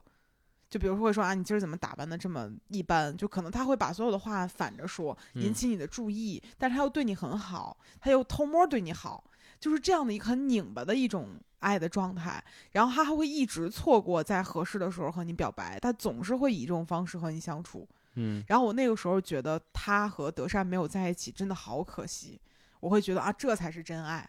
就比如说会说啊，你今儿怎么打扮的这么一般？就可能他会把所有的话反着说，引
嗯
起你的注意，但是他又对你很好，他又偷摸对你好，就是这样的一个很拧巴的一种爱的状态。然后他还会一直错过在合适的时候和你表白，他总是会以这种方式和你相处。
嗯
然后我那个时候觉得他和德善没有在一起，真的好可惜。我会觉得啊，这才是真爱。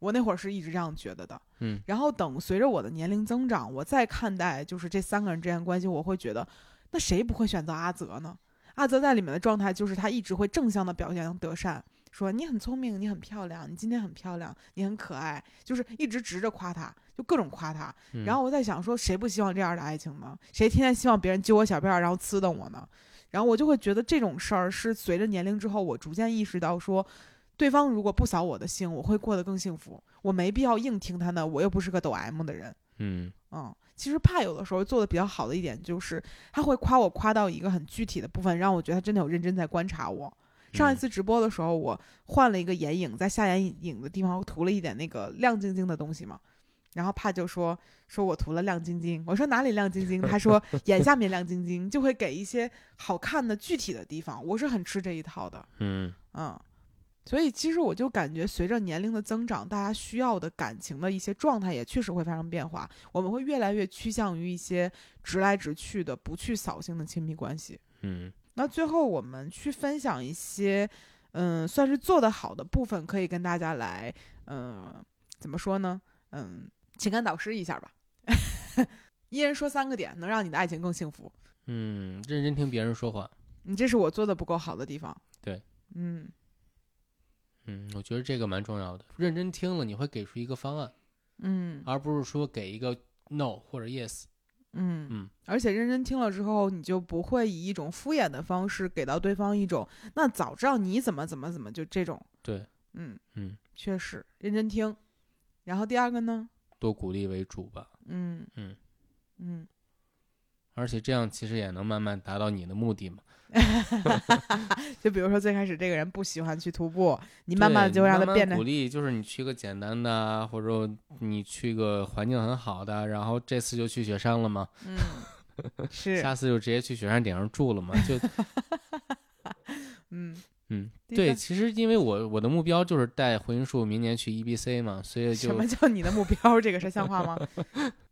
我那会儿是一直这样觉得的。
嗯，
然后等随着我的年龄增长，我再看待就是这三个人之间的关系，我会觉得，那谁不会选择阿泽呢？阿泽在里面的状态就是他一直会正向的表扬德善，说你很聪明，你很漂亮，你今天很漂亮，你很可爱，就是一直直着夸他，就各种夸他。
嗯
然后我在想说，谁不希望这样的爱情呢？谁天天希望别人揪我小辫儿，然后呲瞪我呢？然后我就会觉得这种事儿是随着年龄之后，我逐渐意识到说，对方如果不扫我的兴，我会过得更幸福。我没必要硬听他的，我又不是个抖 M 的人。
嗯
嗯，其实怕有的时候做的比较好的一点就是，他会夸我夸到一个很具体的部分，让我觉得他真的有认真在观察我。上一
嗯
次直播的时候，我换了一个眼影，在下眼影的地方涂了一点那个亮晶晶的东西嘛。然后怕就说说我涂了亮晶晶，我说哪里亮晶晶？他说眼下面亮晶晶，就会给一些好看的具体的地方。我是很吃这一套的，
嗯
嗯，所以其实我就感觉，随着年龄的增长，大家需要的感情的一些状态也确实会发生变化。我们会越来越趋向于一些直来直去的、不去扫兴的亲密关系。
嗯
那最后我们去分享一些，嗯，算是做得好的部分，可以跟大家来，嗯，怎么说呢？嗯，情感导师一下吧。 *laughs* 一人说三个点，能让你的爱情更幸福。
嗯，认真听别人说话。
你这是我做的不够好的地方。
对，
嗯，
嗯，我觉得这个蛮重要的。认真听了，你会给出一个方案，
嗯
而不是说给一个 no 或者 yes。
嗯
嗯
而且认真听了之后，你就不会以一种敷衍的方式给到对方一种“那早知道你怎么怎么怎么”就这种。
对，
嗯，
嗯
确实认真听，然后第二个呢？
多鼓励为主吧。
嗯
嗯
嗯，
而且这样其实也能慢慢达到你的目的嘛。
就比如说最开始这个人不喜欢去徒步，你慢慢
对
就让
慢
他变得
慢鼓励，就是你去个简单的啊，或者你去个环境很好的，啊然后这次就去雪山了嘛，
嗯，是
下次就直接去雪山顶上住
*laughs*
了嘛，就
嗯
嗯，
第
对，
三
其实因为我我的目标就是带回音树明年去 EBC 嘛，所以
什
就
么叫你的目标？这个是像话
*laughs*
吗？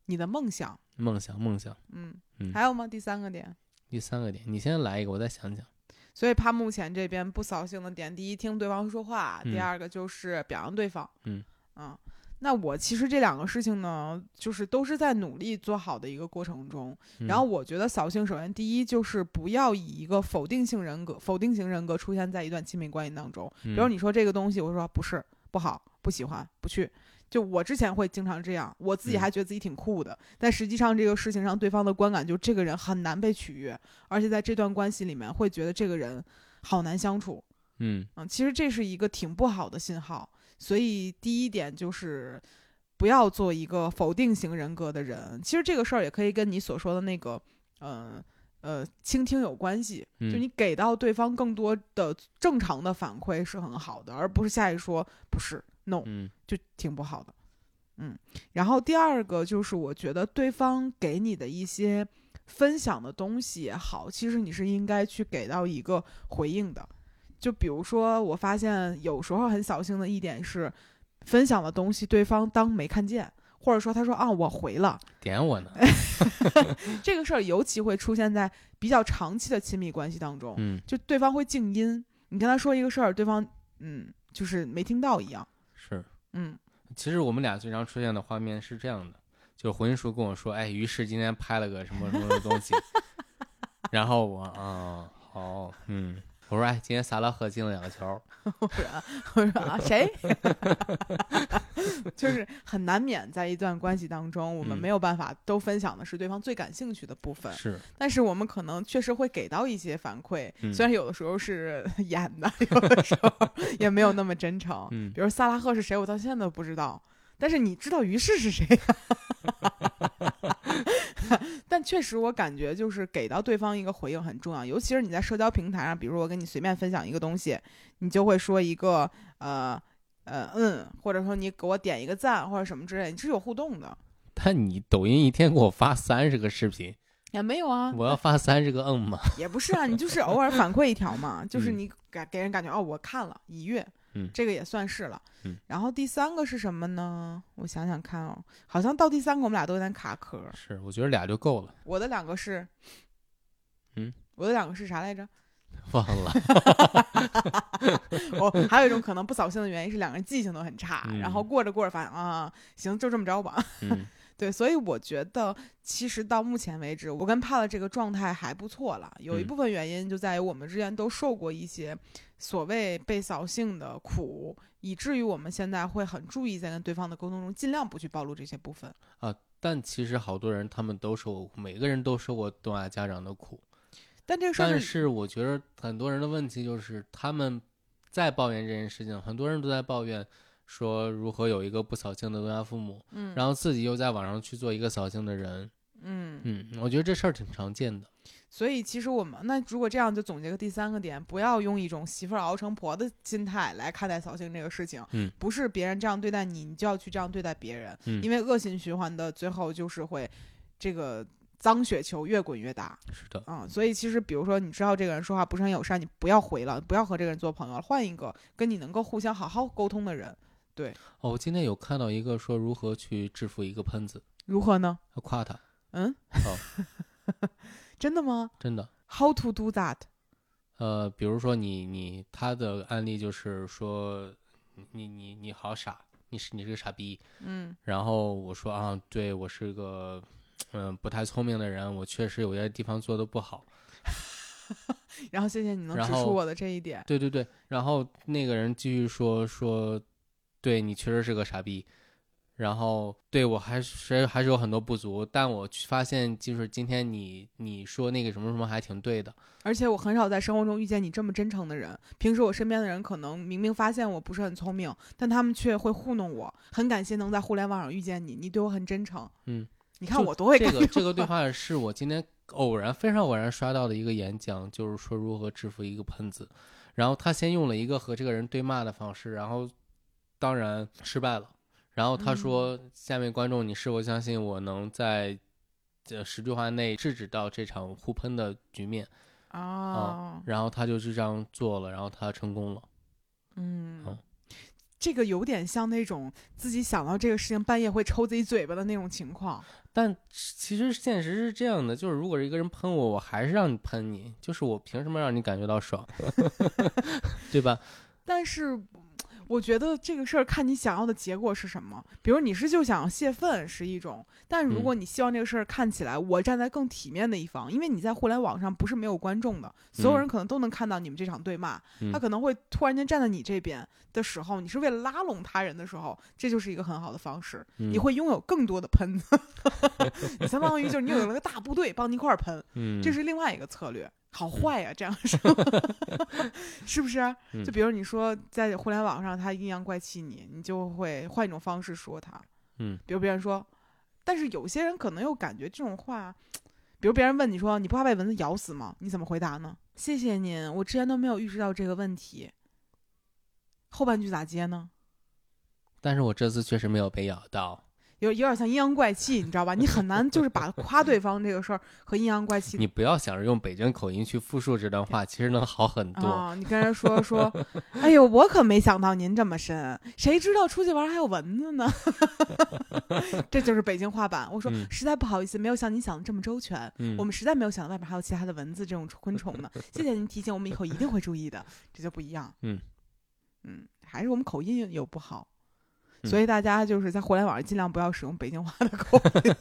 你的梦想，
梦想梦想。
嗯，
嗯
还有吗？第三个点，
第三个点，你先来一个，我再想想。
所以他目前这边不扫兴的点，第一听对方说话，第
嗯
二个就是表扬对方，
嗯
啊那我其实这两个事情呢，就是都是在努力做好的一个过程中。
嗯
然后我觉得扫兴，首先第一就是不要以一个否定性人格、否定型人格出现在一段亲密关系当中。比如
嗯
你说这个东西，我说不是不好，不喜欢，不去。就我之前会经常这样，我自己
嗯
还觉得自己挺酷的，但实际上这个事情让对方的观感就这个人很难被取悦，而且在这段关系里面会觉得这个人好难相处。
嗯
嗯，其实这是一个挺不好的信号。所以第一点就是不要做一个否定型人格的人。其实这个事儿也可以跟你所说的那个，嗯呃倾听有关系。
嗯，
就你给到对方更多的正常的反馈是很好的，而不是下意说不是 no，
嗯
就挺不好的。嗯，然后第二个就是我觉得对方给你的一些分享的东西也好，其实你是应该去给到一个回应的。就比如说，我发现有时候很扫兴的一点是，分享的东西对方当没看见，或者说他说啊我回了，
点我呢。
哎这个事儿尤其会出现在比较长期的亲密关系当中。
嗯，
就对方会静音，你跟他说一个事儿，对方嗯就是没听到一样，
是。
嗯 *laughs*
其实我们俩最常出现的画面是这样的，就是回音叔跟我说：“哎，于是今天拍了个什么什么的东西。” *laughs* 然后我啊，好、嗯，我说：“哎，今天萨拉赫进了两个球。
我说啊我说啊谁， *laughs* 就是很难免在一段关系当中，我们
嗯
没有办法都分享的是对方最感兴趣的部分，
是，
但是我们可能确实会给到一些反馈，
嗯
虽然有的时候是 *laughs* 演的，有的时
*laughs*
候也没有那么真诚，
嗯
比如萨拉赫是谁，我到现在都不知道。但是你知道于适是谁、 *laughs* 但确实我感觉就是给到对方一个回应很重要，尤其是你在社交平台上，比如我跟你随便分享一个东西，你就会说一个呃呃嗯，或者说你给我点一个赞或者什么之类，你是有互动的。
但你抖音一天给我发三十个视频，
也没有啊，
我要发三十个嗯 *laughs* 吗？
也不是啊，你就是偶尔反馈一条嘛，就是
嗯
你给给人感觉哦，我看了一阅，
嗯
这个也算是了。
嗯
然后第三个是什么呢？我想想看哦，好像到第三个我们俩都有点卡壳。
是，我觉得俩就够了，
我的两个是，
嗯，
我的两个是啥来着？
忘了。
我、哦还有一种可能不扫兴的原因是两个人记性都很差，
嗯
然后过着过着发现啊，行，就这么着吧。
嗯
对，所以我觉得其实到目前为止，我跟帕的这个状态还不错了。有一
嗯
部分原因就在于我们之前都受过一些所谓被扫兴的苦，以至于我们现在会很注意在跟对方的沟通中，尽量不去暴露这些部分。
*laughs* 但其实好多人他们都受，每个人都受过东亚家长的苦。
但这个事儿
但
是，
是我觉得很多人的问题就是，他们在抱怨这件事情，很多人都在抱怨说如何有一个不扫兴的东亚父母，
嗯
然后自己又在网上去做一个扫兴的人。
嗯，
嗯，我觉得这事儿挺常见的。
所以其实我们那如果这样，就总结个第三个点，不要用一种媳妇儿熬成婆的心态来看待扫兴这个事情。
嗯，
不是别人这样对待你，你就要去这样对待别人。
嗯
因为恶性循环的最后就是会这个脏雪球越滚越大
是的，
啊、所以其实比如说你知道这个人说话不是很友善，你不要回了，不要和这个人做朋友了，换一个跟你能够互相好好沟通的人，
哦，我今天有看到一个说如何去制服一个喷子，
如何呢？
要夸他，
嗯，
哦
真的吗
真的。
？How to do that？
呃，比如说你你他的案例就是说，你你你好傻，你是你是个傻逼，
嗯
然后我说啊，对我是个嗯、不太聪明的人，我确实有些地方做的不好。
然后谢谢你能
然
指出
后
我的这一点。
对对对，然后那个人继续说说，对你确实是个傻逼。然后对我还是还是有很多不足，但我去发现就是今天你你说那个什么什么还挺对的，
而且我很少在生活中遇见你这么真诚的人。平时我身边的人可能明明发现我不是很聪明，但他们却会糊弄我。很感谢能在互联网上遇见你，你对我很真诚。
嗯，
你看我多会
这
干
个这个对话是我今天偶然非常偶然刷到的一个演讲，就是说如何制服一个喷子。然后他先用了一个和这个人对骂的方式，然后当然失败了。然后他说：“下面观众，你是否相信我能在这十句话内制止到这场互喷的局面
啊？”
然后他就是这样做了，然后他成功了。
嗯
嗯，
这个有点像那种自己想到这个事情半夜会抽自己嘴巴的那种情况。
但其实现实是这样的，就是如果一个人喷我，我还是让你喷你，就是我凭什么让你感觉到爽， *laughs* 对吧？
但是我觉得这个事儿看你想要的结果是什么。比如你是就想泄愤是一种，但如果你希望这个事儿看起来我站在更体面的一方，因为你在互联网上不是没有观众的，所有人可能都能看到你们这场对骂，
嗯
他可能会突然间站在你这边的时候，你是为了拉拢他人的时候，这就是一个很好的方式，
你
你，会拥有更多的喷子， *laughs* 你相当于就是你有了个大部队帮你一块儿喷，
嗯，
这是另外一个策略。好坏呀、
*laughs*
这样是 *laughs* 是不是啊、
嗯
就比如你说在互联网上他阴阳怪气你，你就会换一种方式说他。
嗯，
比如别人说，但是有些人可能又感觉这种话，比如别人问你说你不怕被蚊子咬死吗？你怎么回答呢？谢谢您，我之前都没有意识到这个问题。后半句咋接呢？
但是我这次确实没有被咬到。
有有点像阴阳怪气，你知道吧？你很难就是把夸对方这个事儿和阴阳怪气
你不要想着用北京口音去复述这段话，其实能好很多。
啊、你跟人说说，哎呦，我可没想到您这么深，谁知道出去玩还有蚊子呢？ *laughs* 这就是北京话版。我说、
嗯
实在不好意思，没有像您想的这么周全，
嗯，
我们实在没有想到外边还有其他的蚊子这种昆虫呢。谢谢您提醒，我们以后一定会注意的。这就不一样。
嗯
嗯还是我们口音有不好。
嗯
所以大家就是在互联网上尽量不要使用北京话的口音，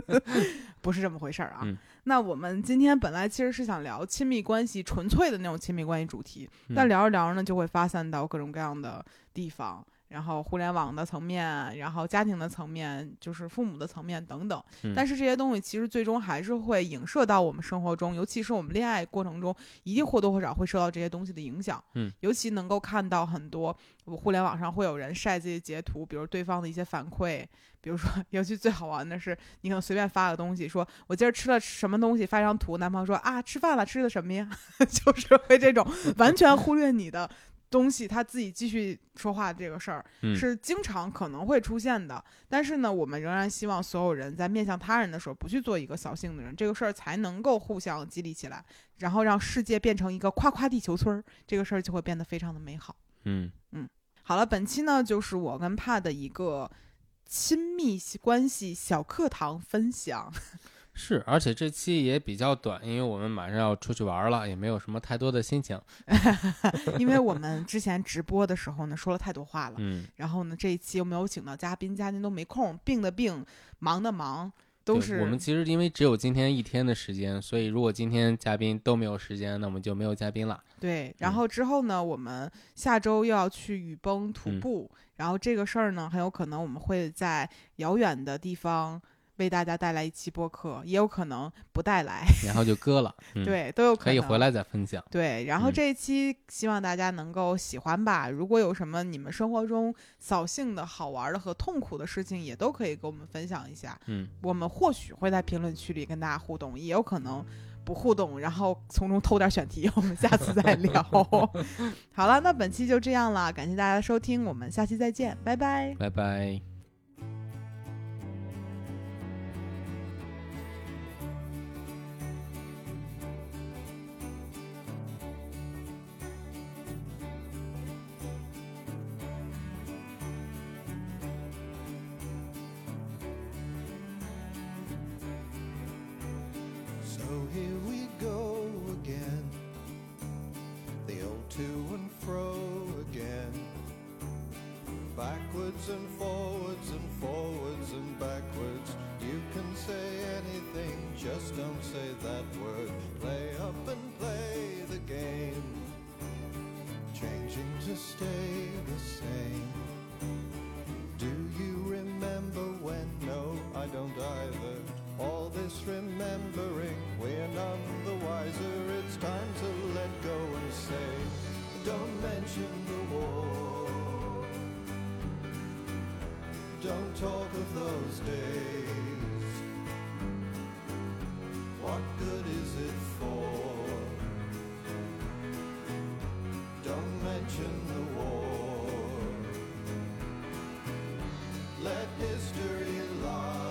*laughs* 不是这么回事儿啊。
嗯
那我们今天本来其实是想聊亲密关系纯粹的那种亲密关系主题，
嗯
但聊着聊着呢，就会发散到各种各样的地方，然后互联网的层面，然后家庭的层面，就是父母的层面等等。
嗯
但是这些东西其实最终还是会影射到我们生活中，尤其是我们恋爱过程中，一定或多或少会受到这些东西的影响。
嗯，
尤其能够看到很多我互联网上会有人晒自己的截图，比如对方的一些反馈，比如说， *laughs* 尤其最好玩的是，你可能随便发个东西，说我今儿吃了什么东西，发一张图，男朋友说啊，吃饭了，吃的什么呀？ *laughs* 就是会这
*laughs*
种完全忽略你的东西，他自己继续说话这个事儿，
嗯
是经常可能会出现的。但是呢，我们仍然希望所有人在面向他人的时候，不去做一个扫兴的人，这个事儿才能够互相激励起来，然后让世界变成一个夸夸地球村儿，这个事儿就会变得非常的美好。
嗯
好了，本期呢就是我跟帕的一个亲密关系小课堂分享。
是，而且这期也比较短，因为我们马上要出去玩了，也没有什么太多的心情。
因为我们之前直播的时候呢，说了太多话了。
嗯，
然后呢，这一期又没有请到嘉宾，嘉宾都没空，病的病，忙的忙，都
对
是
我们其实因为只有今天一天的时间，所以如果今天嘉宾都没有时间，那我们就没有嘉宾
*laughs*
了。
对。
嗯
然后之后呢，我们下周又要去雨崩徒
嗯
步，然后这个事儿呢，很有可能我们会在遥远的地方为大家带来一期播客，也有可能不带来，
然后就割了。嗯、，
对，都有
可以
能
回来再分享。
对，然后
嗯
这一期希望大家能够喜欢吧。如果有什么你们生活中扫兴的好玩的和痛苦的事情，也都可以给我们分享一下。
嗯，
我们或许会在评论区里跟大家互动，也有可能不互动，然后从中偷点选题， *laughs* 我们下次再聊。 *laughs* 好了，那本期就这样了，感谢大家的收听，我们下期再见，拜拜。
拜拜。
So here we go again. The old to and fro again. Backwards and forwards and forwards and backwards. You can say anything, just don't say that word. Play up and play the game. Changing to stay the same. Do you remember? worth remembering. We're none the wiser. It's time to let go and say, don't mention the war. Don't talk of those days. What good is it for? Don't mention the war. Let history lie.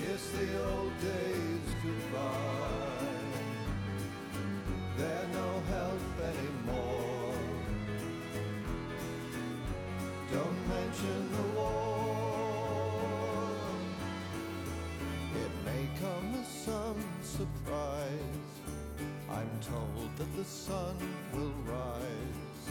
Kiss the old days goodbye. They're no help anymore. Don't mention the war. It may come as some surprise. I'm told that the sun will rise.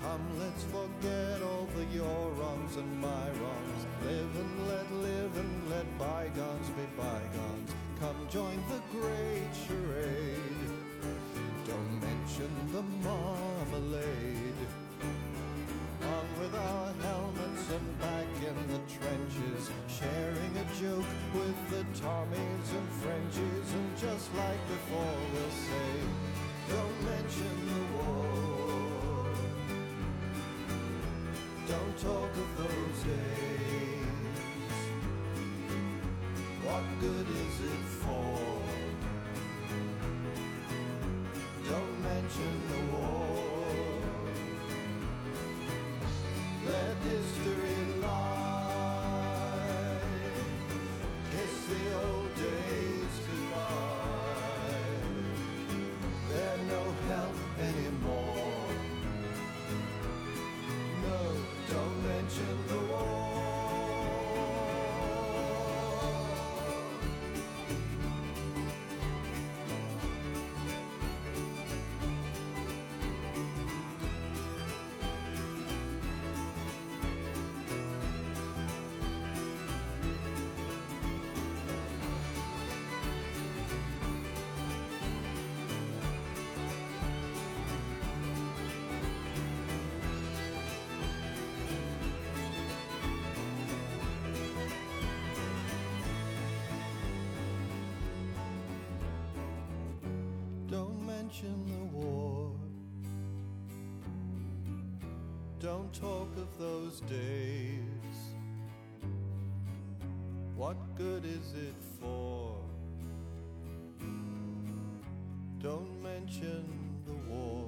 Come, let's forget all the your wrongs and my wrongs. Live and let live and let bygones be bygones. Come, join the great charade. Don't mention the marmalade. On with our helmets and back in the trenches, sharing a joke with the Tommies and Frenchies. And just like before, we'll say, don't mention the war. Don't talk of those days. What good is it for? Don't mention the war. Let history lie. Kiss the old days goodbye. They're no help anymore. No, don't mention the war. Don't mention the war. Don't talk of those days. What good is it for? Don't mention the war.